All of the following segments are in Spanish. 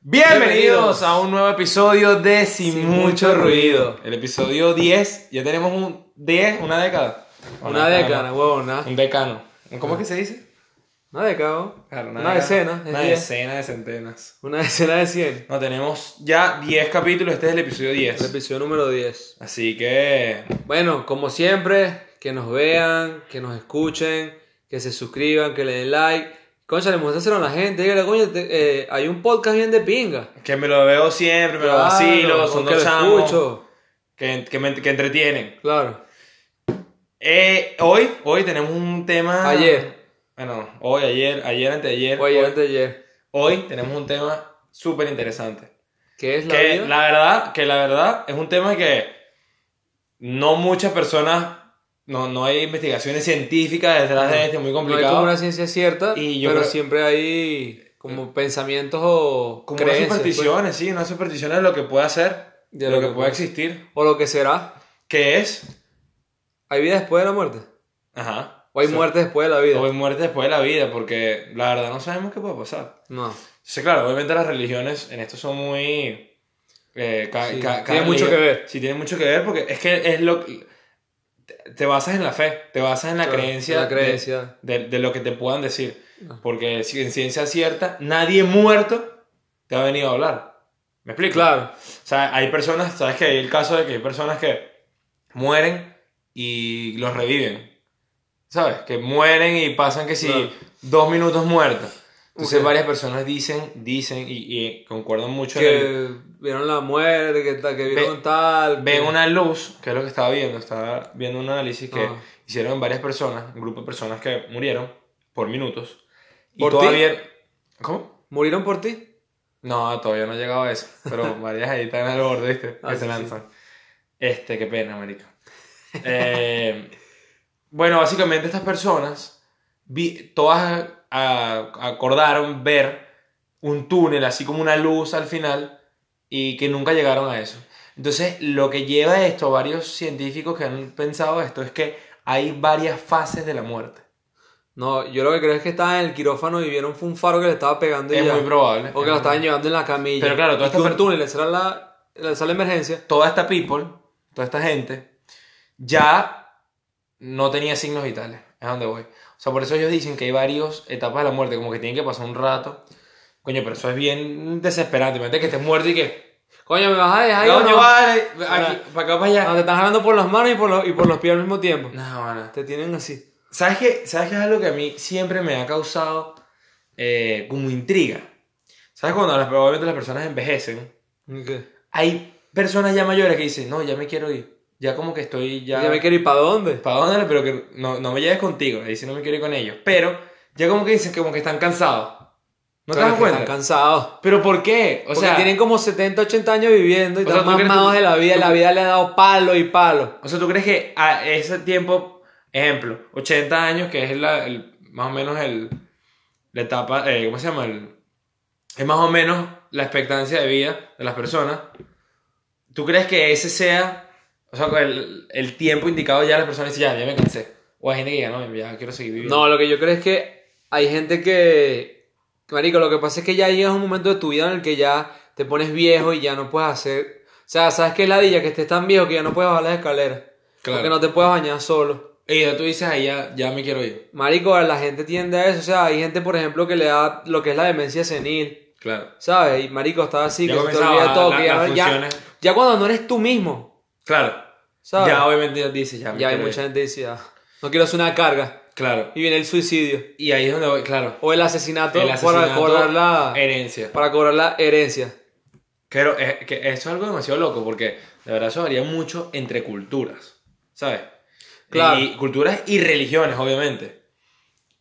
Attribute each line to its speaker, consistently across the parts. Speaker 1: Bienvenidos a un nuevo episodio de Sin, mucho, ruido. El episodio 10. Ya tenemos un 10, una década.
Speaker 2: Una década, huevón, nada.
Speaker 1: Un decano. ¿Cómo es que se dice?
Speaker 2: Una década, huevón.
Speaker 1: Claro,
Speaker 2: Una
Speaker 1: década.
Speaker 2: decena, es
Speaker 1: Una
Speaker 2: diez.
Speaker 1: decena de centenas.
Speaker 2: Una decena de 100.
Speaker 1: No, tenemos ya 10 capítulos. Este es el episodio
Speaker 2: El
Speaker 1: 10.
Speaker 2: episodio número 10.
Speaker 1: Así que.
Speaker 2: Bueno, como siempre, que nos vean, que nos escuchen, que se suscriban, que le den like. Concha, le mostraron a la gente. Dígale, coño, te- eh, hay un podcast bien de pinga.
Speaker 1: Que me lo veo siempre, me lo vacilo.
Speaker 2: Claro,
Speaker 1: Son
Speaker 2: o que
Speaker 1: dos
Speaker 2: lo
Speaker 1: chamos
Speaker 2: escucho.
Speaker 1: que, que, me- que entretienen.
Speaker 2: Claro.
Speaker 1: Eh, hoy, hoy tenemos un tema.
Speaker 2: Ayer.
Speaker 1: Bueno, hoy, ayer, ayer, anteayer.
Speaker 2: O ayer,
Speaker 1: hoy-
Speaker 2: antes de ayer.
Speaker 1: Hoy tenemos un tema súper interesante.
Speaker 2: ¿Qué es la
Speaker 1: Que
Speaker 2: vida?
Speaker 1: la verdad, que la verdad es un tema que no muchas personas, no, no hay investigaciones científicas detrás de este, muy
Speaker 2: No hay como
Speaker 1: complicado.
Speaker 2: una ciencia cierta,
Speaker 1: Y yo
Speaker 2: pero
Speaker 1: creo- Eh,
Speaker 2: siempre hay como pensamientos o
Speaker 1: como unas
Speaker 2: creencias. pues,
Speaker 1: supersticiones, sí, unas supersticiones de lo que puede hacer, de lo, que, puede existir.
Speaker 2: pues, O lo que será.
Speaker 1: ¿Qué es?
Speaker 2: ¿Hay vida después de la muerte?
Speaker 1: Ajá.
Speaker 2: ¿O hay
Speaker 1: O sea,
Speaker 2: muerte después de la vida?
Speaker 1: O hay muerte después de la vida, porque la verdad no sabemos qué puede pasar.
Speaker 2: No.
Speaker 1: Sí, claro, obviamente las religiones en esto son muy... eh, ca-
Speaker 2: Sí,
Speaker 1: ca- cada
Speaker 2: tiene mucho
Speaker 1: religión-
Speaker 2: que ver.
Speaker 1: Sí, tiene mucho que ver porque es que es lo... que- te- Te basas en la fe, te basas en la
Speaker 2: Claro,
Speaker 1: creencia,
Speaker 2: La
Speaker 1: de-
Speaker 2: creencia.
Speaker 1: De, de lo que te puedan decir.
Speaker 2: Ajá.
Speaker 1: Porque si en ciencia cierta, nadie muerto te ha venido a hablar. ¿Me explico?
Speaker 2: Claro.
Speaker 1: O sea, hay personas, ¿sabes que Hay el caso de que hay personas que mueren y los reviven. ¿Sabes? Que mueren y pasan que si
Speaker 2: Claro.
Speaker 1: dos minutos muertos. Entonces
Speaker 2: Ok.
Speaker 1: varias personas dicen, dicen y, y concuerdan mucho. en el-
Speaker 2: Que vieron la muerte, que, ta- que vieron tal.
Speaker 1: ven
Speaker 2: que-
Speaker 1: una luz, que es lo que estaba viendo, estaba viendo un análisis que
Speaker 2: Ajá.
Speaker 1: hicieron varias personas, un grupo de personas que murieron por minutos. Y
Speaker 2: ¿Por ti?
Speaker 1: todavía... ¿Cómo?
Speaker 2: ¿Murieron por ti?
Speaker 1: No, todavía no he llegado a eso, pero varias ahí están al borde, ¿viste?
Speaker 2: Ah,
Speaker 1: que
Speaker 2: sí,
Speaker 1: se
Speaker 2: sí.
Speaker 1: lanzan. Este, qué pena, marica. Eh, bueno, básicamente estas personas, vi- todas ah, acordaron ver un túnel, así como una luz al final, y que nunca llegaron a eso. Entonces, lo que lleva a esto, varios científicos que han pensado esto, es que hay varias fases de la muerte.
Speaker 2: No, yo lo que creo es que estaban en el quirófano y vieron fue un faro que le estaba pegando y
Speaker 1: Es
Speaker 2: ya.
Speaker 1: muy probable.
Speaker 2: O que lo estaban llevando en la camilla.
Speaker 1: Pero claro, toda
Speaker 2: Y
Speaker 1: esta
Speaker 2: que un
Speaker 1: per-
Speaker 2: túnel, esa era la, esa era la emergencia.
Speaker 1: Toda esta people, toda esta gente, ya no tenía signos vitales. Es a donde voy. O sea, por eso ellos dicen que hay varias etapas de la muerte, como que tienen que pasar un rato. Coño, pero eso es bien desesperante. Imagínate que estés muerto y que.
Speaker 2: Coño, ¿me vas a dejar ahí o
Speaker 1: No,
Speaker 2: no?
Speaker 1: no, vale, aquí,
Speaker 2: Ahora-
Speaker 1: para acá, para allá.
Speaker 2: No, te están jalando por las manos y por, los, y por los pies al mismo tiempo.
Speaker 1: No, mano.
Speaker 2: Te tienen así.
Speaker 1: ¿Sabes qué? ¿Sabes qué es algo que a mí siempre me ha causado eh, como intriga? ¿Sabes cuando las, probablemente las personas envejecen?
Speaker 2: Ok.
Speaker 1: Hay personas ya mayores que dicen, no, ya me quiero ir. Ya como que estoy ya...
Speaker 2: Ya me quiero ir para dónde.
Speaker 1: ¿Para dónde? Pero que no, no me lleves contigo. Le dicen, no me quiero ir con ellos. Pero ya como que dicen como que están cansados. ¿No te
Speaker 2: Claro,
Speaker 1: das
Speaker 2: que
Speaker 1: cuenta?
Speaker 2: Están cansados.
Speaker 1: ¿Pero por qué? O
Speaker 2: Porque
Speaker 1: sea,
Speaker 2: tienen como 70, 80 años viviendo y
Speaker 1: O sea,
Speaker 2: están
Speaker 1: ¿tú crees
Speaker 2: mamados
Speaker 1: tú-
Speaker 2: de la vida.
Speaker 1: tú-
Speaker 2: La vida le ha dado palo y palo.
Speaker 1: o sea, ¿tú crees que a ese tiempo, ejemplo, 80 años, que es la, el- más o menos el, la etapa, eh, ¿cómo se llama? El- es más o menos la expectancia de vida de las personas. ¿Tú crees que ese sea, o sea, el, el tiempo indicado ya las personas dicen, ya, ya me cansé? O hay gente que ya no, ya quiero seguir viviendo.
Speaker 2: No, lo que yo creo es que hay gente que. Marico, lo que pasa es que ya llegas a un momento de tu vida en el que ya te pones viejo y ya no puedes hacer. O sea, ¿sabes qué es la dilla? Que estés tan viejo que ya no puedes bajar las escaleras.
Speaker 1: Claro.
Speaker 2: Porque no te puedes bañar solo.
Speaker 1: Y ya tú dices, ahí ya, ya me quiero ir.
Speaker 2: Marico, la gente tiende a eso. O sea, hay gente, por ejemplo, que le da lo que es la demencia senil.
Speaker 1: Claro.
Speaker 2: ¿Sabes? Y Marico, está así,
Speaker 1: Ya
Speaker 2: que se te
Speaker 1: comenzaba
Speaker 2: olvida de todo.
Speaker 1: la-
Speaker 2: que ya,
Speaker 1: las
Speaker 2: no- ya-
Speaker 1: funciones.
Speaker 2: ya cuando no eres tú mismo.
Speaker 1: Claro.
Speaker 2: ¿Sabes?
Speaker 1: Ya obviamente ya dices, ya. me
Speaker 2: Ya hay
Speaker 1: quiero ir.
Speaker 2: mucha gente que dice, "Ah, no quiero hacer una carga.
Speaker 1: Claro.
Speaker 2: Y viene el suicidio.
Speaker 1: Y ahí es donde voy, claro.
Speaker 2: O el asesinato,
Speaker 1: El
Speaker 2: para,
Speaker 1: asesinato,
Speaker 2: cobrar la,
Speaker 1: herencia.
Speaker 2: para cobrar la herencia.
Speaker 1: Pero es, eh, que eso es algo demasiado loco porque de verdad eso varía mucho entre culturas, ¿sabes?
Speaker 2: Claro.
Speaker 1: Y culturas y religiones, obviamente.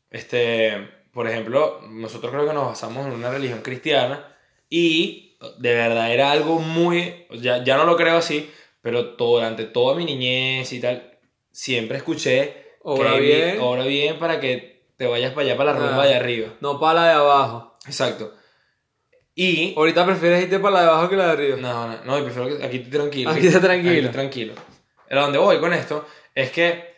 Speaker 1: Este, por ejemplo, nosotros creo que nos basamos en una religión cristiana y de verdad era algo muy, ya, ya no lo creo así, pero todo- durante toda mi niñez y tal, siempre escuché
Speaker 2: Obra
Speaker 1: que vi-
Speaker 2: bien.
Speaker 1: obra bien para que te vayas para allá, para la
Speaker 2: Ah.
Speaker 1: rumba de arriba.
Speaker 2: No para la de abajo.
Speaker 1: Exacto. Y.
Speaker 2: Ahorita prefieres irte para la de abajo que la de arriba.
Speaker 1: No, no, no, yo prefiero que aquí estoy tranquilo.
Speaker 2: Aquí está tranquilo.
Speaker 1: Aquí estoy tranquilo. A donde voy con esto es que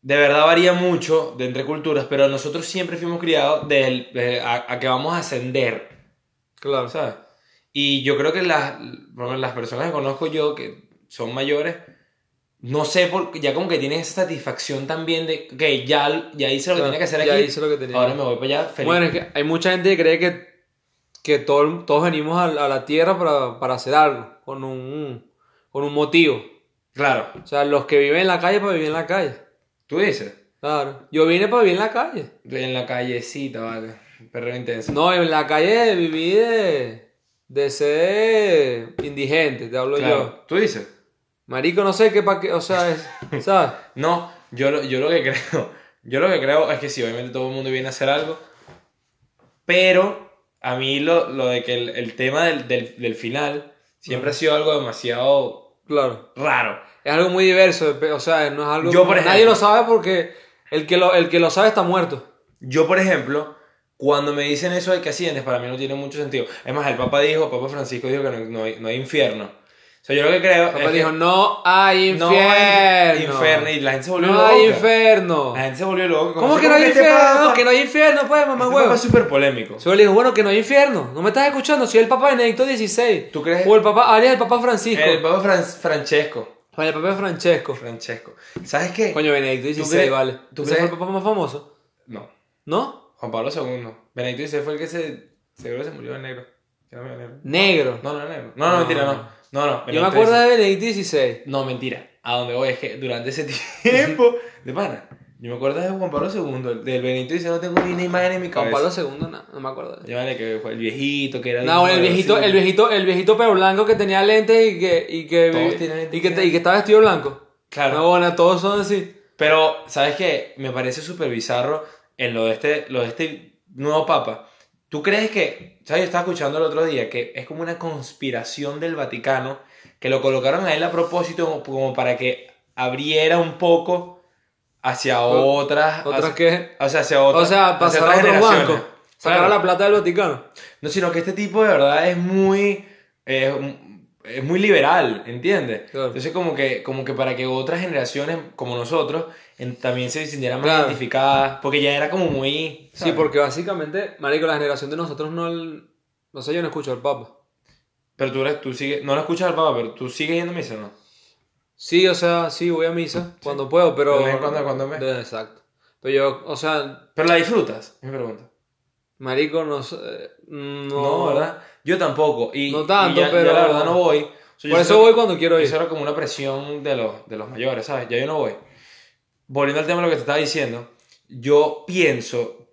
Speaker 1: de verdad varía mucho de entre culturas, pero nosotros siempre fuimos criados del- de- a, a que vamos a ascender,
Speaker 2: Claro.
Speaker 1: ¿sabes? Y yo creo que las, bueno, las personas que conozco yo, que son mayores, no sé, por, ya como que tienen esa satisfacción también de, ok, ya, ya hice lo que
Speaker 2: Claro,
Speaker 1: tenía que hacer
Speaker 2: ya
Speaker 1: aquí,
Speaker 2: hice lo que tenía.
Speaker 1: ahora me voy para allá feliz.
Speaker 2: Bueno, es que hay mucha gente que cree que, que todo- todos venimos a, a la tierra para, para hacer algo, con un, con un motivo.
Speaker 1: Claro,
Speaker 2: O sea, los que viven en la calle, para vivir en la calle.
Speaker 1: tú dices,
Speaker 2: Claro. Yo vine para vivir en la calle.
Speaker 1: en la callecita, vale, perreo intenso.
Speaker 2: No, en la calle viví de, de ser indigente, te hablo yo.
Speaker 1: Claro, tú dices.
Speaker 2: Marico, no sé qué pa' qué, o sea, es- ¿sabes?
Speaker 1: No, yo lo, yo lo que creo, yo lo que creo es que sí, obviamente todo el mundo viene a hacer algo, pero a mí lo, lo de que el, el tema del, del, del final siempre ha sido algo demasiado
Speaker 2: Claro.
Speaker 1: raro.
Speaker 2: Es algo muy diverso, pe- o sea, no es algo...
Speaker 1: Yo, por
Speaker 2: nadie
Speaker 1: ejemplo.
Speaker 2: lo sabe porque el que lo, el que lo sabe está muerto.
Speaker 1: Yo, por ejemplo, cuando me dicen eso de que asciendes, para mí no tiene mucho sentido. Es más, el Papa dijo, Papa Francisco dijo que no, no hay, no hay infierno. O sea, yo lo que creo
Speaker 2: Papá
Speaker 1: es que
Speaker 2: dijo, no hay infierno.
Speaker 1: no hay infierno y la gente se volvió
Speaker 2: No
Speaker 1: loca.
Speaker 2: hay infierno.
Speaker 1: La gente se volvió loca. como
Speaker 2: ¿Cómo
Speaker 1: si-
Speaker 2: que no
Speaker 1: como
Speaker 2: hay
Speaker 1: este
Speaker 2: infierno?
Speaker 1: Papa-
Speaker 2: No, que no hay infierno, pues, mamá
Speaker 1: este
Speaker 2: huevo.
Speaker 1: Papa es súper polémico.
Speaker 2: Solo le dijo, bueno, que no hay infierno. No me estás escuchando, soy el Papa Benedicto XVI.
Speaker 1: ¿Tú crees?
Speaker 2: O el Papa, alias el Papa Francisco.
Speaker 1: El Papa Fran- Francesco.
Speaker 2: O el Papa Francesco.
Speaker 1: Francesco. ¿Sabes qué?
Speaker 2: Coño, Benedicto
Speaker 1: ¿Tú crees-
Speaker 2: XVI, vale.
Speaker 1: tú
Speaker 2: ¿Tú
Speaker 1: crees-
Speaker 2: fue el Papa más famoso?
Speaker 1: No,
Speaker 2: ¿No?
Speaker 1: Juan Pablo II. Benedicto XVI fue el que se. Seguro se murió de negro. Que no me negro.
Speaker 2: Negro.
Speaker 1: No, no, era negro. No, no,
Speaker 2: No.
Speaker 1: mentira, no. No, no.
Speaker 2: Yo
Speaker 1: Benedicto
Speaker 2: me acuerdo
Speaker 1: XVI.
Speaker 2: de Benedicto XVI.
Speaker 1: No, mentira. A donde voy es que durante ese tiempo. de pana. Yo me acuerdo de Juan Pablo II. el- Del Benedicto XVI no tengo ni una imagen en mi
Speaker 2: Juan
Speaker 1: cabeza.
Speaker 2: Pablo II, no, no me acuerdo. de él.
Speaker 1: Llámale que fue el viejito, que era.
Speaker 2: No, bueno, el
Speaker 1: nuevo,
Speaker 2: viejito,
Speaker 1: sí.
Speaker 2: el viejito, el viejito pelo blanco que tenía lentes y que, y que,
Speaker 1: Todos tienen lentes.
Speaker 2: y que, y que estaba vestido blanco.
Speaker 1: Claro.
Speaker 2: No, bueno, todos son así.
Speaker 1: Pero, ¿sabes qué? Me parece súper bizarro en lo de, este, lo de este nuevo papa. ¿Tú crees que, sabes, yo estaba escuchando el otro día que es como una conspiración del Vaticano que lo colocaron a él a propósito como, como para que abriera un poco hacia
Speaker 2: O-
Speaker 1: otras,
Speaker 2: Otras
Speaker 1: hacia-
Speaker 2: que.
Speaker 1: o sea, hacia
Speaker 2: O
Speaker 1: otras,
Speaker 2: sea,
Speaker 1: hacia
Speaker 2: pasar
Speaker 1: otras
Speaker 2: a otros
Speaker 1: generaciones.
Speaker 2: bancos. Sacar
Speaker 1: Claro.
Speaker 2: la plata del Vaticano.
Speaker 1: No, sino que este tipo de verdad es muy. Es, un- es muy liberal, ¿entiendes?
Speaker 2: Claro.
Speaker 1: Entonces, como que, como que para que otras generaciones como nosotros en- también se sintieran más
Speaker 2: Claro.
Speaker 1: identificadas, porque ya era como muy.
Speaker 2: Sí, porque básicamente, marico, la generación de nosotros no. el- No sé, yo no escucho al Papa.
Speaker 1: Pero tú, eres- tú sigues. No lo escuchas al Papa, pero tú sigues yendo a misa, ¿no?
Speaker 2: Sí, o sea, sí, voy a misa cuando puedo, pero.
Speaker 1: De vez en cuando, cuando me-
Speaker 2: De- Exacto. Pero yo, o sea,
Speaker 1: Pero la disfrutas, es mi pregunta.
Speaker 2: marico, no sé. No,
Speaker 1: No, ¿verdad? Yo tampoco. Y,
Speaker 2: No tanto,
Speaker 1: y ya- ya
Speaker 2: pero-
Speaker 1: la verdad no voy. O sea, yo
Speaker 2: Por eso
Speaker 1: siento-
Speaker 2: voy cuando quiero ir.
Speaker 1: Eso era como una presión de los, de los mayores, ¿sabes? Ya yo no voy. Volviendo al tema de lo que te estaba diciendo, yo pienso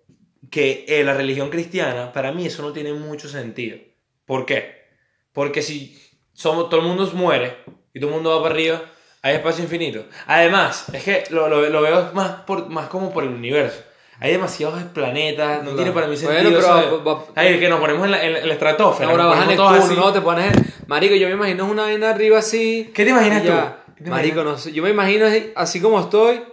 Speaker 1: que eh, la religión cristiana, para mí eso no tiene mucho sentido. ¿Por qué? Porque si somos, todo el mundo muere y todo el mundo va para arriba, hay espacio infinito. Además, es que lo, lo- lo veo más, por, más como por el universo. Hay demasiados planetas, no
Speaker 2: Claro.
Speaker 1: tiene para mí
Speaker 2: Bueno,
Speaker 1: sentido.
Speaker 2: pero
Speaker 1: ¿sabes?
Speaker 2: va- va-
Speaker 1: Ay, que nos ponemos en la, en la- en la estratosfera.
Speaker 2: Ahora
Speaker 1: nos
Speaker 2: bajan el
Speaker 1: ponemos todos
Speaker 2: culo,
Speaker 1: así.
Speaker 2: no te pones. Marico, yo me imagino una vaina arriba así.
Speaker 1: ¿Qué te imaginas
Speaker 2: y ya.
Speaker 1: tú? ¿Qué te
Speaker 2: Marico,
Speaker 1: imaginas?
Speaker 2: no sé. Yo me imagino así- así como estoy.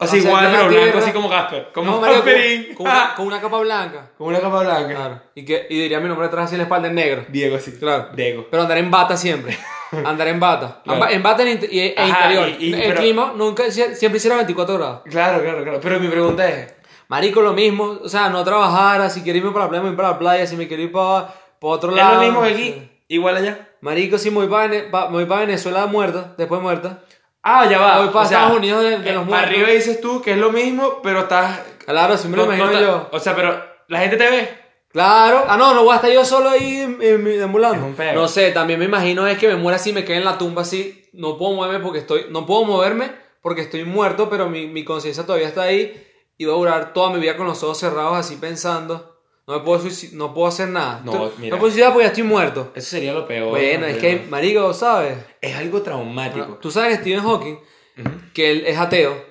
Speaker 1: Así
Speaker 2: O sea,
Speaker 1: igual,
Speaker 2: en la
Speaker 1: pero blanco,
Speaker 2: tierra-
Speaker 1: así como Gasper. Como
Speaker 2: No, marico,
Speaker 1: Gasperín.
Speaker 2: con, con una, con una capa blanca.
Speaker 1: Como una capa blanca.
Speaker 2: Claro. Y, que, y diría mi nombre atrás así en la espalda en negro.
Speaker 1: Ah, Diego, así.
Speaker 2: Claro.
Speaker 1: Diego.
Speaker 2: Pero andar en bata siempre. Andar en bata.
Speaker 1: Claro.
Speaker 2: Amba- En bata en inter- y- e
Speaker 1: Ajá,
Speaker 2: interior.
Speaker 1: y- y-
Speaker 2: el
Speaker 1: pero-
Speaker 2: clima nunca, sie- siempre hiciera 24 grados.
Speaker 1: Claro, claro, claro. Pero mi pregunta es:
Speaker 2: Marico, lo mismo. O sea, no trabajar. Si quiero irme para la playa, me voy para la playa. Si me quiero ir para, para otro
Speaker 1: ¿es
Speaker 2: lado.
Speaker 1: lo mismo que
Speaker 2: Sí.
Speaker 1: aquí? Igual allá.
Speaker 2: Marico, si me voy para, Vene- pa- me voy para Venezuela muerta, después muerta.
Speaker 1: Ah, ya va.
Speaker 2: Voy para
Speaker 1: O sea,
Speaker 2: Estados Unidos de, de
Speaker 1: eh,
Speaker 2: los
Speaker 1: Para
Speaker 2: muertos.
Speaker 1: arriba dices tú que es lo mismo, pero estás.
Speaker 2: Claro, si me lo
Speaker 1: no- no
Speaker 2: imagino
Speaker 1: ta-
Speaker 2: yo.
Speaker 1: O sea, pero la gente te ve.
Speaker 2: Claro. Ah, no, no voy a estar yo solo ahí en, en mi- ambulando.
Speaker 1: Es un peo.
Speaker 2: No sé, también me imagino es que me muera así, me quede en la tumba así. No puedo moverme porque estoy. No puedo moverme porque estoy muerto, pero mi, mi conciencia todavía está ahí. Y voy a durar toda mi vida con los ojos cerrados así pensando. No me puedo suici- no puedo hacer nada.
Speaker 1: No,
Speaker 2: Tú-
Speaker 1: mira.
Speaker 2: me puedo suicidar porque ya estoy muerto.
Speaker 1: Eso sería lo peor.
Speaker 2: bueno,
Speaker 1: lo
Speaker 2: es que,
Speaker 1: peor.
Speaker 2: marico, ¿sabes?
Speaker 1: Es algo traumático.
Speaker 2: Tú sabes que Stephen Hawking,
Speaker 1: Ujú.
Speaker 2: que él es ateo.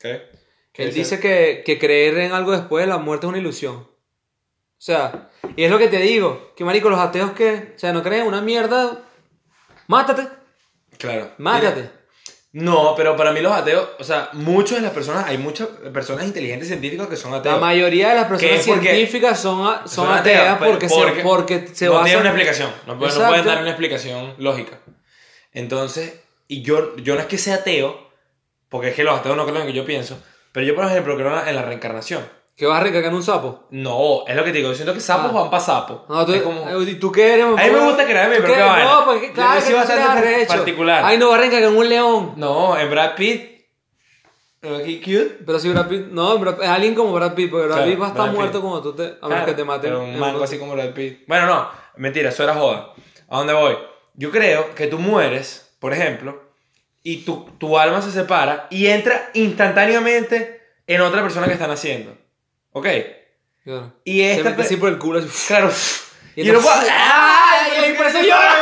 Speaker 1: ¿Qué? ¿Qué
Speaker 2: Él dice que, que creer en algo después de la muerte es una ilusión. O sea, y es lo que te digo, que marico, los ateos que, o sea, no creen en una mierda, mátate,
Speaker 1: Claro.
Speaker 2: mátate.
Speaker 1: No, pero para mí los ateos, o sea, muchas de las personas, hay muchas personas inteligentes científicas que son
Speaker 2: la
Speaker 1: ateos.
Speaker 2: mayoría de las personas
Speaker 1: ¿Qué? ¿Por qué?
Speaker 2: científicas son, a- son, ateas
Speaker 1: pero-
Speaker 2: porque, se, porque se
Speaker 1: pues, no tienen
Speaker 2: basan...
Speaker 1: una explicación. No, pueden- no
Speaker 2: Exacto.
Speaker 1: pueden dar una explicación lógica. Entonces, y yo, yo no es que sea ateo, porque es que los ateos no creen lo que yo pienso, pero yo, por ejemplo, creo en la- en la reencarnación.
Speaker 2: ¿Que vas a recargar en un sapo?
Speaker 1: No, es lo que te digo. Siento que sapos
Speaker 2: Ah.
Speaker 1: van para sapos.
Speaker 2: No, tú,
Speaker 1: Es como-
Speaker 2: eh, ¿y tú qué eres,
Speaker 1: A mí me gusta crearme mi
Speaker 2: ¿Tú qué
Speaker 1: propia
Speaker 2: eres?
Speaker 1: vaina.
Speaker 2: No, porque
Speaker 1: Yo
Speaker 2: claro
Speaker 1: soy
Speaker 2: que tú
Speaker 1: bastante
Speaker 2: eres arrecho.
Speaker 1: particular.
Speaker 2: Ay, no va a recargar en un león.
Speaker 1: No, en Brad Pitt. Aquí cute.
Speaker 2: Pero si Brad Pitt... No, Brad- es alguien como Brad Pitt, porque Brad
Speaker 1: Claro,
Speaker 2: Pitt va a estar
Speaker 1: Brad Pitt.
Speaker 2: muerto cuando tú te... A menos
Speaker 1: Claro,
Speaker 2: que te maten.
Speaker 1: Pero un
Speaker 2: en
Speaker 1: mango
Speaker 2: una-
Speaker 1: así como Brad Pitt. Bueno, no, mentira, eso era joda. ¿A dónde voy? Yo creo que tú mueres, por ejemplo, y tu, tu alma se separa y entra instantáneamente en otra persona que están haciendo. ¿Ok?
Speaker 2: Claro.
Speaker 1: Y
Speaker 2: Se
Speaker 1: esta.
Speaker 2: mete
Speaker 1: pe-
Speaker 2: así por el culo. así.
Speaker 1: Claro.
Speaker 2: Y
Speaker 1: Y, no puedo.
Speaker 2: entonces-
Speaker 1: ¡Ay!
Speaker 2: ¡Ay! Por eso llora.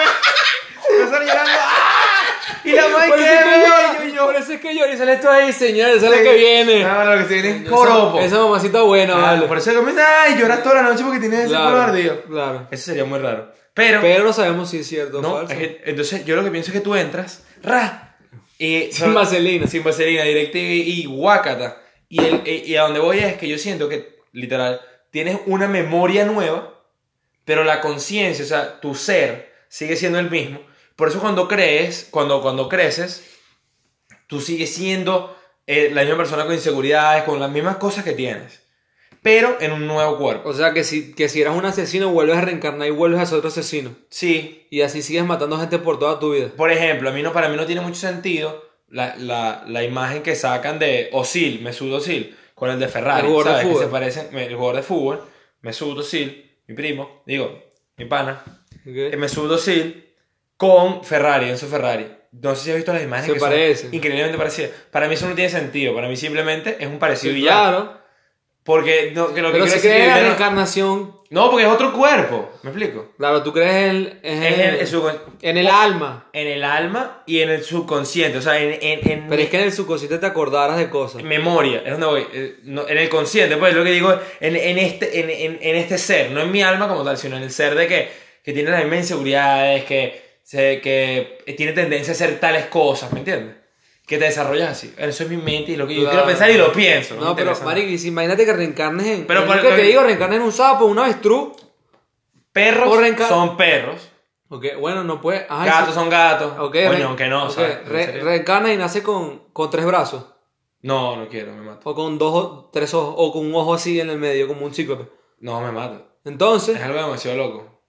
Speaker 1: Empezó llorando. ¡Ah! Y la madre
Speaker 2: Por eso es que
Speaker 1: que
Speaker 2: llora. Por eso es que llora. Y sale esto ahí, señores. Eso es lo que viene.
Speaker 1: Ahora lo que se viene Ah, es
Speaker 2: Esa-
Speaker 1: coropo.
Speaker 2: Esa mamacita buena,
Speaker 1: Ah,
Speaker 2: vale.
Speaker 1: Por eso comienza ay, lloras toda la noche porque tienes ese
Speaker 2: Claro,
Speaker 1: color ardido.
Speaker 2: Claro.
Speaker 1: Eso sería muy raro. Pero,
Speaker 2: Pero no sabemos si es cierto o
Speaker 1: no,
Speaker 2: falso.
Speaker 1: es que- entonces yo lo que pienso es que tú entras, ra, y,
Speaker 2: Sin vaselina.
Speaker 1: sin vaselina, DirecTV y guácata. Y, el, eh, y a donde voy es que yo siento que, literal, tienes una memoria nueva, pero la conciencia, o sea, tu ser sigue siendo el mismo. Por eso cuando crees, cuando, cuando creces, tú sigues siendo eh, la misma persona con inseguridades, con las mismas cosas que tienes, pero en un nuevo cuerpo.
Speaker 2: O sea, que si, que si eras un asesino, vuelves a reencarnar y vuelves a ser otro asesino.
Speaker 1: Sí,
Speaker 2: Y así sigues matando gente por toda tu vida.
Speaker 1: Por ejemplo, a mí no, para mí no tiene mucho sentido la, la, la imagen que sacan de Osil, Mesut Osil, con el de Ferrari,
Speaker 2: El jugador de
Speaker 1: ¿sabes?
Speaker 2: fútbol.
Speaker 1: Que se parecen, el jugador de fútbol, Mesut Osil, mi primo, digo, mi pana, eh,
Speaker 2: ¿ok?
Speaker 1: Mesut Osil con Ferrari, Enzo Ferrari. No sé si has visto las imágenes
Speaker 2: Se
Speaker 1: que son
Speaker 2: parecen.
Speaker 1: increíblemente parecidas. Para mí eso no tiene sentido, para mí simplemente es un parecido
Speaker 2: Sí,
Speaker 1: y ya.
Speaker 2: claro.
Speaker 1: Porque no, que lo que
Speaker 2: Pero
Speaker 1: quiero
Speaker 2: si
Speaker 1: decir
Speaker 2: crees en la
Speaker 1: es que-
Speaker 2: reencarnación,
Speaker 1: No, porque es otro cuerpo, ¿me explico?
Speaker 2: claro, tú crees en, en-
Speaker 1: Es el- es su-
Speaker 2: en el alma.
Speaker 1: en el alma y en el subconsciente, o sea, en, en, en-
Speaker 2: Pero es que en el subconsciente te acordaras de cosas.
Speaker 1: en memoria, es donde voy, eh, no, en el consciente, pues lo que digo, es en, en este, en, en- en este ser, no en mi alma como tal, sino en el ser de que, que tiene las mismas inseguridades, que, se- que tiene tendencia a hacer tales cosas, ¿me entiendes? Que te desarrollas así, eso es mi mente y lo que yo
Speaker 2: Claro.
Speaker 1: quiero pensar y lo pienso.
Speaker 2: No,
Speaker 1: me
Speaker 2: pero,
Speaker 1: interesa.
Speaker 2: Marico, y si imagínate que reencarnes en.
Speaker 1: Pero
Speaker 2: Pero
Speaker 1: por-
Speaker 2: que te digo, reencarnes en un sapo, un avestruz.
Speaker 1: perros
Speaker 2: por reencar-
Speaker 1: son perros,
Speaker 2: Ok, bueno, no puede. Ay, sí.
Speaker 1: gatos son gatos,
Speaker 2: Ok, re-
Speaker 1: coño, aunque no,
Speaker 2: ok,
Speaker 1: ¿sabes?
Speaker 2: re-
Speaker 1: En serio.
Speaker 2: reencarna y nace con, con tres brazos.
Speaker 1: No, no quiero, me mato,
Speaker 2: O con dos o- tres ojos. O con un ojo así en el medio, como un cíclope.
Speaker 1: no, me mato.
Speaker 2: Entonces.
Speaker 1: Es algo demasiado loco.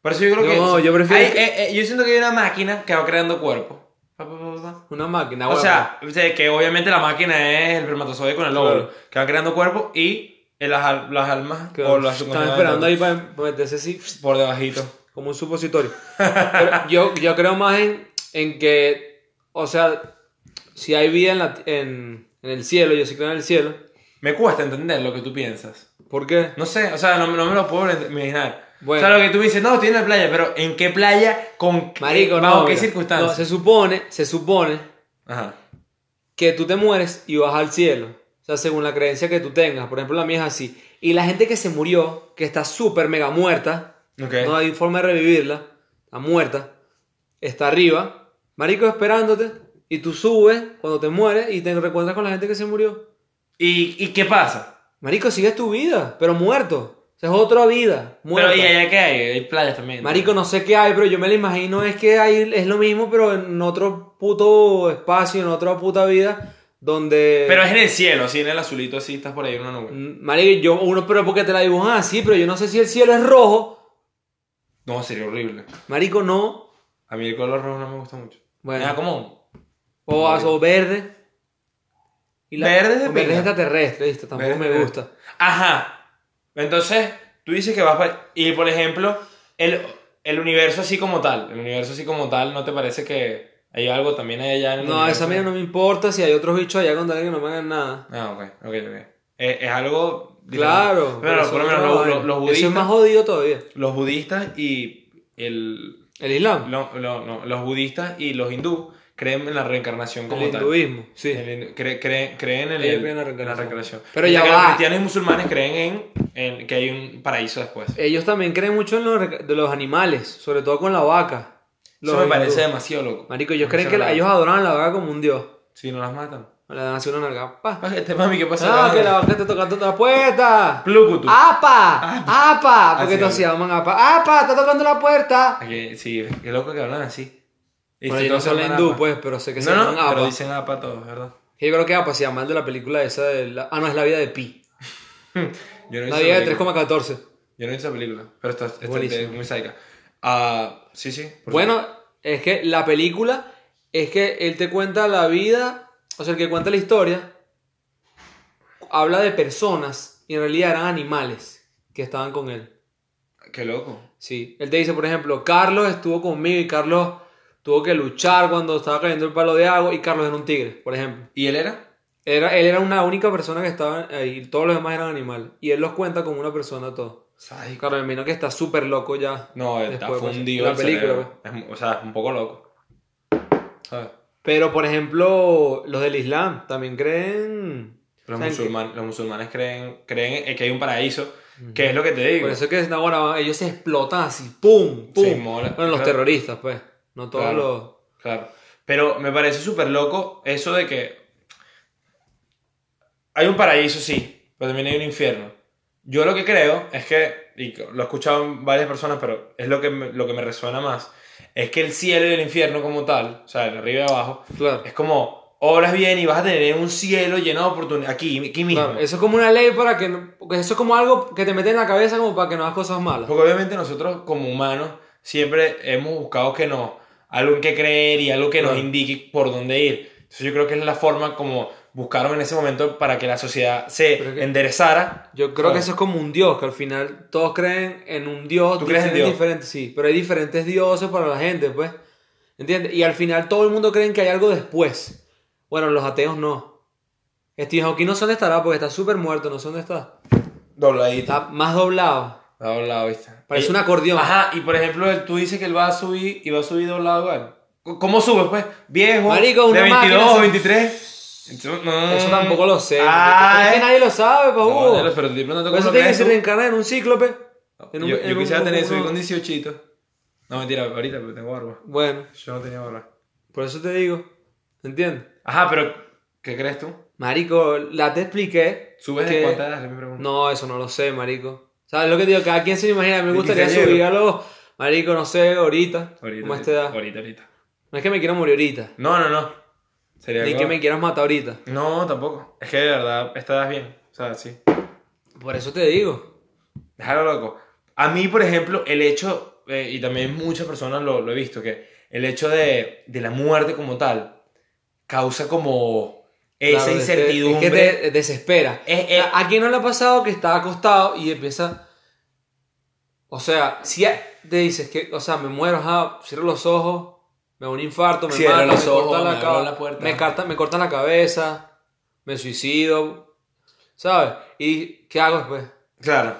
Speaker 1: Por eso yo creo que.
Speaker 2: No, yo prefiero
Speaker 1: Hay-
Speaker 2: que-
Speaker 1: eh, eh, yo siento que hay una máquina que va creando cuerpo. Pa, pa, pa, pa, pa.
Speaker 2: Una máquina,
Speaker 1: O
Speaker 2: huevón.
Speaker 1: sea, o sea, que obviamente la máquina es el espermatozoide con el óvulo.
Speaker 2: Claro.
Speaker 1: Que va creando cuerpo y el- las, al- las almas
Speaker 2: Que
Speaker 1: o las
Speaker 2: están
Speaker 1: subconscientes
Speaker 2: esperando ahí para para meterse así,
Speaker 1: Por debajito.
Speaker 2: como un supositorio. Pero yo, yo creo más en, en que, o sea, si hay vida en, la- en, en el cielo, yo sí creo en el cielo.
Speaker 1: Me cuesta entender lo que tú piensas.
Speaker 2: ¿Por qué?
Speaker 1: No sé, o sea, no, no me lo puedo ent- imaginar.
Speaker 2: Bueno.
Speaker 1: O sea, lo que tú me dices, no, estoy en la playa, pero ¿en qué playa? ¿Con qué,
Speaker 2: Marico,
Speaker 1: bajo
Speaker 2: no.
Speaker 1: qué
Speaker 2: mira. No, se
Speaker 1: circunstancias?
Speaker 2: supone, se supone
Speaker 1: Ajá.
Speaker 2: que tú te mueres y vas al cielo. O sea, según la creencia que tú tengas. Por ejemplo, la mía es así. Y la gente que se murió, que está súper mega muerta,
Speaker 1: Ok.
Speaker 2: no hay forma de revivirla, está muerta, está arriba, marico esperándote, y tú subes cuando te mueres y te reencuentras con la gente que se murió.
Speaker 1: ¿Y, ¿Y qué pasa?
Speaker 2: Marico, sigues tu vida, pero muerto. O sea, es otra vida, muerta.
Speaker 1: Pero ¿y allá qué hay? Hay playas también.
Speaker 2: Marico, no sé qué hay, pero yo me lo imagino es que hay, es lo mismo, pero en otro puto espacio, en otra puta vida, donde...
Speaker 1: Pero es en el cielo, así en el azulito, así estás por ahí en una nube.
Speaker 2: Mm, Marico, yo, uno, pero porque te la dibujan así, pero yo no sé si el cielo es rojo.
Speaker 1: No, sería horrible.
Speaker 2: Marico, no.
Speaker 1: A mí el color rojo no me gusta mucho.
Speaker 2: Bueno.
Speaker 1: Me da como.
Speaker 2: O, o verde. Y
Speaker 1: Verde de
Speaker 2: o verde
Speaker 1: pinga.
Speaker 2: extraterrestre, ¿viste? Tampoco
Speaker 1: Verde
Speaker 2: me
Speaker 1: de-
Speaker 2: gusta.
Speaker 1: Ajá. Entonces, tú dices que vas para. Y por ejemplo, el, el universo así como tal. El universo así como tal, ¿no te parece que hay algo también hay allá en el
Speaker 2: No,
Speaker 1: universo?
Speaker 2: esa mía no me importa si hay otros bichos allá con tal que no me hagan nada.
Speaker 1: Ah, ok, ok, ok. Es, es algo.
Speaker 2: Claro.
Speaker 1: diferente. Pero
Speaker 2: eso
Speaker 1: por lo
Speaker 2: es
Speaker 1: menos
Speaker 2: otra
Speaker 1: los,
Speaker 2: vaina.
Speaker 1: los- los
Speaker 2: Eso es
Speaker 1: budistas.
Speaker 2: más jodido todavía.
Speaker 1: Los budistas y el.
Speaker 2: El Islam.
Speaker 1: lo- lo- no, los budistas y los hindú creen en la reencarnación como
Speaker 2: el
Speaker 1: tal.
Speaker 2: hinduismo, sí.
Speaker 1: El- cre- cre- creen en,
Speaker 2: Ellos
Speaker 1: el-
Speaker 2: creen en la
Speaker 1: en la
Speaker 2: reencarnación.
Speaker 1: reencarnación.
Speaker 2: Pero
Speaker 1: Mientras
Speaker 2: ya
Speaker 1: que
Speaker 2: va.
Speaker 1: Los cristianos y musulmanes creen en, en que hay un paraíso después.
Speaker 2: Ellos también creen mucho en los, de los animales, sobre todo con la vaca. Los
Speaker 1: Eso me
Speaker 2: hindú.
Speaker 1: parece demasiado loco.
Speaker 2: Marico, ellos creen
Speaker 1: Demasiado
Speaker 2: que la-
Speaker 1: loco.
Speaker 2: ellos adoran a la vaca como un dios.
Speaker 1: Si no las matan.
Speaker 2: Le dan así una nalga. pa.
Speaker 1: Ah, Este mami, ¿qué pasa?
Speaker 2: Ah, que la Ah. vaca está tocando la puerta.
Speaker 1: Plucutu. Ah,
Speaker 2: ¡Apa! ¡Apa! Porque
Speaker 1: Así
Speaker 2: todos se
Speaker 1: habla.
Speaker 2: llaman APA. ¡Apa! ¡Está tocando la puerta!
Speaker 1: Aquí, Ah, sí, qué loco que hablan así. Y
Speaker 2: Bueno,
Speaker 1: si
Speaker 2: yo no
Speaker 1: todos
Speaker 2: soy
Speaker 1: llaman
Speaker 2: hindú,
Speaker 1: apa.
Speaker 2: pues, pero sé que se
Speaker 1: no,
Speaker 2: llaman
Speaker 1: no, pero
Speaker 2: APA.
Speaker 1: dicen apa todos, ¿verdad?
Speaker 2: Yo creo que APA se llama el de la película esa de... la- Ah, no, es la vida de Pi.
Speaker 1: Yo no
Speaker 2: La
Speaker 1: esa
Speaker 2: vida de
Speaker 1: película.
Speaker 2: 3,14.
Speaker 1: Yo no he visto esa película, pero esta, esta
Speaker 2: Buenísimo.
Speaker 1: es muy sádica. Ah, sí, sí. por
Speaker 2: Bueno,
Speaker 1: supuesto.
Speaker 2: es que la película es que él te cuenta la vida, o sea, el que cuenta la historia habla de personas y en realidad eran animales que estaban con él.
Speaker 1: Qué loco.
Speaker 2: Sí, él te dice, por ejemplo, Carlos estuvo conmigo y Carlos tuvo que luchar cuando estaba cayendo el palo de agua y Carlos era un tigre, por ejemplo.
Speaker 1: ¿Y él era?
Speaker 2: Era, él era una única persona que estaba ahí y todos los demás eran animales. Y él los cuenta como una persona todo.
Speaker 1: Sádico.
Speaker 2: Claro, me imagino que está súper loco ya.
Speaker 1: No, está
Speaker 2: Después, pues,
Speaker 1: fundido.
Speaker 2: la
Speaker 1: el
Speaker 2: película, pues.
Speaker 1: cerebro. Es mu- o sea, es un poco loco. ¿Sabes?
Speaker 2: Pero, por ejemplo, los del Islam también creen...
Speaker 1: Los,
Speaker 2: ¿Saben qué?
Speaker 1: musulman- los musulmanes creen, creen en que hay un paraíso, que es lo que te digo.
Speaker 2: Por eso es que ahora ellos se explotan así, ¡pum! ¡pum!
Speaker 1: Sí, mola.
Speaker 2: bueno, los
Speaker 1: Claro.
Speaker 2: terroristas, pues. No todos
Speaker 1: Claro.
Speaker 2: los...
Speaker 1: Claro. Pero me parece súper loco eso de que hay un paraíso, sí, pero también hay un infierno. Yo lo que creo es que, y lo he escuchado en varias personas, pero es lo que me, lo que me resuena más, es que el cielo y el infierno como tal, o sea, el arriba y abajo,
Speaker 2: Claro.
Speaker 1: es como obras bien y vas a tener un cielo lleno de oportunidades, aquí, aquí mismo.
Speaker 2: Claro, eso es como una ley para que no- porque eso es como algo que te mete en la cabeza como para que no hagas cosas malas.
Speaker 1: Porque obviamente nosotros como humanos siempre hemos buscado que nos, algo en que creer y algo que nos
Speaker 2: Claro.
Speaker 1: indique por dónde ir. Entonces yo creo que es la forma como buscaron en ese momento para que la sociedad se
Speaker 2: Pero es que-
Speaker 1: enderezara.
Speaker 2: Yo creo
Speaker 1: Claro.
Speaker 2: que eso es como un dios, que al final todos creen en un dios.
Speaker 1: ¿Tú crees en
Speaker 2: diferente,
Speaker 1: Dios?
Speaker 2: diferente, sí, pero hay diferentes dioses para la gente, pues. ¿Entiendes? Y al final todo el mundo cree que hay algo después. Bueno, los ateos no. Stephen Hawking no sé dónde estará porque está súper muerto, no sé dónde está.
Speaker 1: Dobladita.
Speaker 2: Está más doblado.
Speaker 1: Doblado, ¿viste?
Speaker 2: Ah. Parece
Speaker 1: Y-
Speaker 2: un acordeón.
Speaker 1: Ajá, y por ejemplo, él- tú dices que él va a subir y va a subir doblado igual. C- ¿Cómo subes, pues? Viejo,
Speaker 2: Marico, una
Speaker 1: de 22
Speaker 2: máquina,
Speaker 1: o
Speaker 2: eso-
Speaker 1: 23. Entonces, no.
Speaker 2: Eso tampoco lo sé.
Speaker 1: Ah,
Speaker 2: es que
Speaker 1: eh.
Speaker 2: nadie lo sabe, pa'
Speaker 1: No,
Speaker 2: Hugo.
Speaker 1: ya lo- pero de pronto,
Speaker 2: Por
Speaker 1: ¿cómo
Speaker 2: Oh, eso
Speaker 1: lo
Speaker 2: tiene que
Speaker 1: crees
Speaker 2: se
Speaker 1: tú?
Speaker 2: reencarna en un cíclope. En un-
Speaker 1: Oh, Yo,
Speaker 2: en
Speaker 1: yo
Speaker 2: un-
Speaker 1: quisiera tener eso
Speaker 2: un-
Speaker 1: con 18. No, mentira, ahorita, pero tengo barba.
Speaker 2: Bueno,
Speaker 1: Yo no tenía barba.
Speaker 2: por eso te digo. ¿Entiendes?
Speaker 1: Ajá, pero ¿qué crees tú?
Speaker 2: Marico, la te expliqué.
Speaker 1: ¿Subes
Speaker 2: que-
Speaker 1: de cuánta edad? Es mi pregunta.
Speaker 2: No, eso no lo sé, marico. ¿Sabes lo que te digo? Cada quien se lo imagina. Me
Speaker 1: De
Speaker 2: gustaría
Speaker 1: quinceañero.
Speaker 2: subir a los. Marico, no sé, ahorita.
Speaker 1: Ahorita,
Speaker 2: ¿Cómo
Speaker 1: ahorita,
Speaker 2: es esta edad?
Speaker 1: Ahorita, ahorita.
Speaker 2: No es que me quiero morir ahorita.
Speaker 1: No, no, no. Sería
Speaker 2: Ni
Speaker 1: algo-
Speaker 2: que me quieras matar ahorita.
Speaker 1: No, tampoco. Es que de verdad, esta edad es bien. O sea, sí.
Speaker 2: Por eso te digo.
Speaker 1: Déjalo loco. A mí, por ejemplo, el hecho, eh, y también muchas personas lo, lo he visto, que el hecho de, de la muerte como tal causa como esa
Speaker 2: Claro, este, es que-
Speaker 1: incertidumbre.
Speaker 2: Es que te desespera.
Speaker 1: Es-
Speaker 2: O sea,
Speaker 1: es-
Speaker 2: Eh, ¿A quién no le ha pasado que está acostado y empieza... O sea, si a- te dices que, o sea, me muero, ajá, cierro los ojos, me da un infarto, me
Speaker 1: Cierro
Speaker 2: matan,
Speaker 1: los
Speaker 2: me
Speaker 1: ojos,
Speaker 2: cortan
Speaker 1: me
Speaker 2: la,
Speaker 1: abro
Speaker 2: ca-
Speaker 1: la puerta.
Speaker 2: me cortan- me cortan la cabeza, me suicido, ¿sabes? ¿Y qué hago después?
Speaker 1: Claro,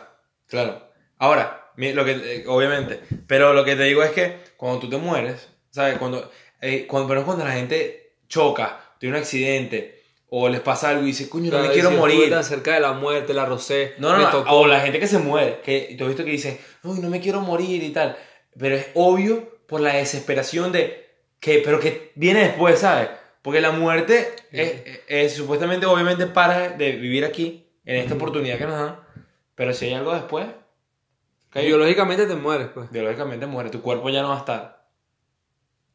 Speaker 1: claro. Ahora, mi- lo que, eh, obviamente, pero lo que te digo es que cuando tú te mueres, ¿sabes? Cuando, eh, cuando, pero es cuando la gente choca, tiene un accidente, o les pasa algo y dice, coño, no
Speaker 2: Claro,
Speaker 1: me quiero
Speaker 2: si estuve
Speaker 1: morir.
Speaker 2: tan cerca de la muerte, la rosé,
Speaker 1: No,
Speaker 2: me
Speaker 1: no, no,
Speaker 2: tocó.
Speaker 1: o la gente que se muere, que tú has visto que dice, uy, no me quiero morir y tal. Pero es obvio por la desesperación de que, pero que viene después, ¿sabes? Porque la muerte es, es- es supuestamente, obviamente, para de vivir aquí, en esta oportunidad que nos dan. Pero si hay algo después, que
Speaker 2: Biológicamente te mueres, pues.
Speaker 1: biológicamente muere, tu cuerpo ya no va a estar.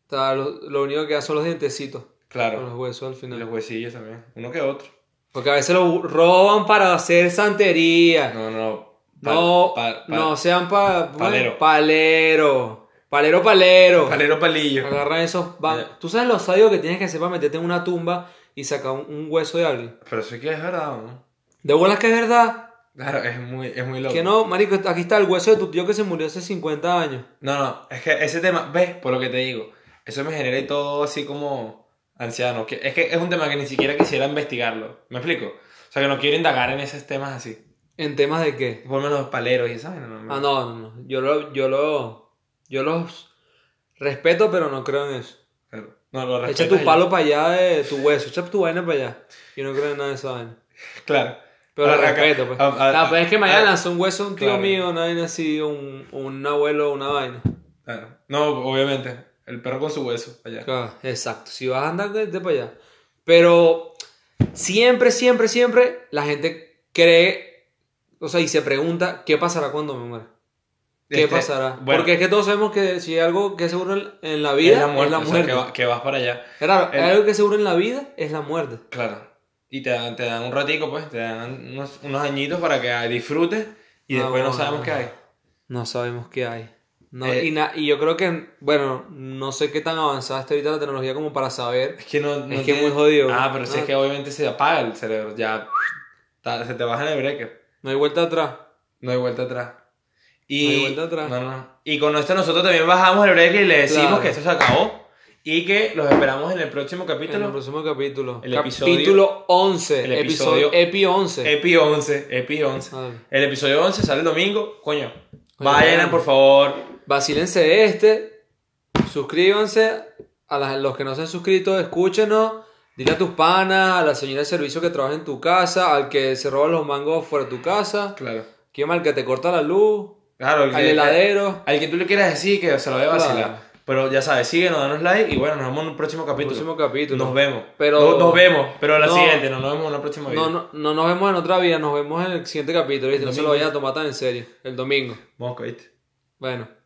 Speaker 2: O sea, lo, lo único que queda son los dientecitos, con los
Speaker 1: Claro,
Speaker 2: huesos al
Speaker 1: y
Speaker 2: final.
Speaker 1: los huesillos también, uno que otro.
Speaker 2: Porque a veces lo roban para hacer santería.
Speaker 1: No, no, pa-
Speaker 2: No,
Speaker 1: pa- pa-
Speaker 2: no sean pa, bueno,
Speaker 1: Palero.
Speaker 2: palero. Palero, palero.
Speaker 1: Palero palillo.
Speaker 2: Agarran esos. van-
Speaker 1: Ya.
Speaker 2: Tú sabes los sadios que tienes que hacer para meterte en una tumba y sacar un, un hueso de alguien.
Speaker 1: Pero eso que es verdad, ¿no?
Speaker 2: De bolas que es verdad.
Speaker 1: Claro, es muy, es muy loco.
Speaker 2: Que no, marico, aquí está el hueso de tu tío que se murió hace 50 años.
Speaker 1: No, no, es que ese tema, ves, por lo que te digo, eso me genera y todo así como anciano. Que, es que es un tema que ni siquiera quisiera investigarlo. ¿Me explico? O sea, que no quiero indagar en esos temas así.
Speaker 2: ¿En temas de qué?
Speaker 1: Por lo menos los paleros y esa vaina, no,
Speaker 2: Ah, no, no, no. Yo lo, yo lo. Yo los respeto, pero no creo en eso.
Speaker 1: Claro. No, lo
Speaker 2: Echa
Speaker 1: respetas
Speaker 2: tu
Speaker 1: y-
Speaker 2: palo para allá de tu hueso. Echa tu vaina para allá. Yo no creo en nada de esa vaina.
Speaker 1: Claro.
Speaker 2: Pero
Speaker 1: Ah,
Speaker 2: lo
Speaker 1: acá-
Speaker 2: respeto, pues.
Speaker 1: ah, ah,
Speaker 2: no, pues es que mañana
Speaker 1: ah,
Speaker 2: lanzó un hueso un tío
Speaker 1: claro.
Speaker 2: mío, una vaina así, un, un abuelo, una vaina.
Speaker 1: Claro. No, obviamente, el perro con su hueso allá.
Speaker 2: Claro, exacto. Si vas a andar, vete para allá. Pero siempre, siempre, siempre la gente cree, o sea, y se pregunta, ¿qué pasará cuando me muera? ¿Qué
Speaker 1: Este,
Speaker 2: pasará?
Speaker 1: bueno,
Speaker 2: Porque es que todos sabemos que si hay algo que es seguro en la
Speaker 1: es
Speaker 2: vida
Speaker 1: la muerte, o sea,
Speaker 2: muerte.
Speaker 1: que, va- que vas para allá.
Speaker 2: Claro, hay
Speaker 1: el-
Speaker 2: algo que es seguro en la vida es la muerte.
Speaker 1: Claro. y te dan, te dan un ratico, pues, te dan unos, unos añitos para que disfrutes y
Speaker 2: No,
Speaker 1: después no
Speaker 2: no,
Speaker 1: sabemos
Speaker 2: no.
Speaker 1: qué hay.
Speaker 2: No sabemos qué hay. No,
Speaker 1: Eh,
Speaker 2: y, na- y yo creo que, bueno, no sé qué tan avanzada está ahorita la tecnología como para saber.
Speaker 1: Es que no, no
Speaker 2: que es
Speaker 1: tiene-
Speaker 2: muy jodido,
Speaker 1: Ah,
Speaker 2: ¿no?
Speaker 1: pero si
Speaker 2: No.
Speaker 1: es que obviamente se apaga el cerebro, ya ta- se te baja en el breaker.
Speaker 2: No hay vuelta atrás.
Speaker 1: No hay vuelta atrás. Y,
Speaker 2: No hay vuelta atrás.
Speaker 1: No, no. Y con esto nosotros también bajamos el breaker y le decimos
Speaker 2: Claro.
Speaker 1: que esto se acabó y que los esperamos en el próximo
Speaker 2: En el
Speaker 1: capítulo.
Speaker 2: próximo capítulo.
Speaker 1: El
Speaker 2: capítulo 11.
Speaker 1: el
Speaker 2: episodio,
Speaker 1: episodio-
Speaker 2: Epi 11.
Speaker 1: Epi 11, Epi 11.
Speaker 2: Ah,
Speaker 1: El episodio 11 sale el domingo, coño.
Speaker 2: Coño,
Speaker 1: Vayan,
Speaker 2: vayan.
Speaker 1: por favor.
Speaker 2: Vacílense este. Suscríbanse. A las- los que no se han suscrito, escúchenos. Dile a tus panas, a la señora de servicio que trabaja en tu casa, al que se roba los mangos fuera de tu casa.
Speaker 1: Claro.
Speaker 2: ¿Quién más? Al que te corta la luz.
Speaker 1: Claro, el que-
Speaker 2: Al heladero.
Speaker 1: Al que tú le quieras decir que se lo debe vacilar.
Speaker 2: Claro.
Speaker 1: Pero ya sabes, síguenos, danos like y bueno, nos vemos en un próximo capítulo.
Speaker 2: Próximo capítulo.
Speaker 1: Nos vemos.
Speaker 2: Pero-
Speaker 1: No- nos vemos, pero la
Speaker 2: No.
Speaker 1: siguiente, no nos vemos en la próxima video.
Speaker 2: No, no, no nos vemos en otra vida, nos vemos en el siguiente capítulo, ¿viste? No se lo
Speaker 1: Domingo.
Speaker 2: vayas a tomar tan en serio, el domingo.
Speaker 1: Mosca, ¿viste?
Speaker 2: Bueno.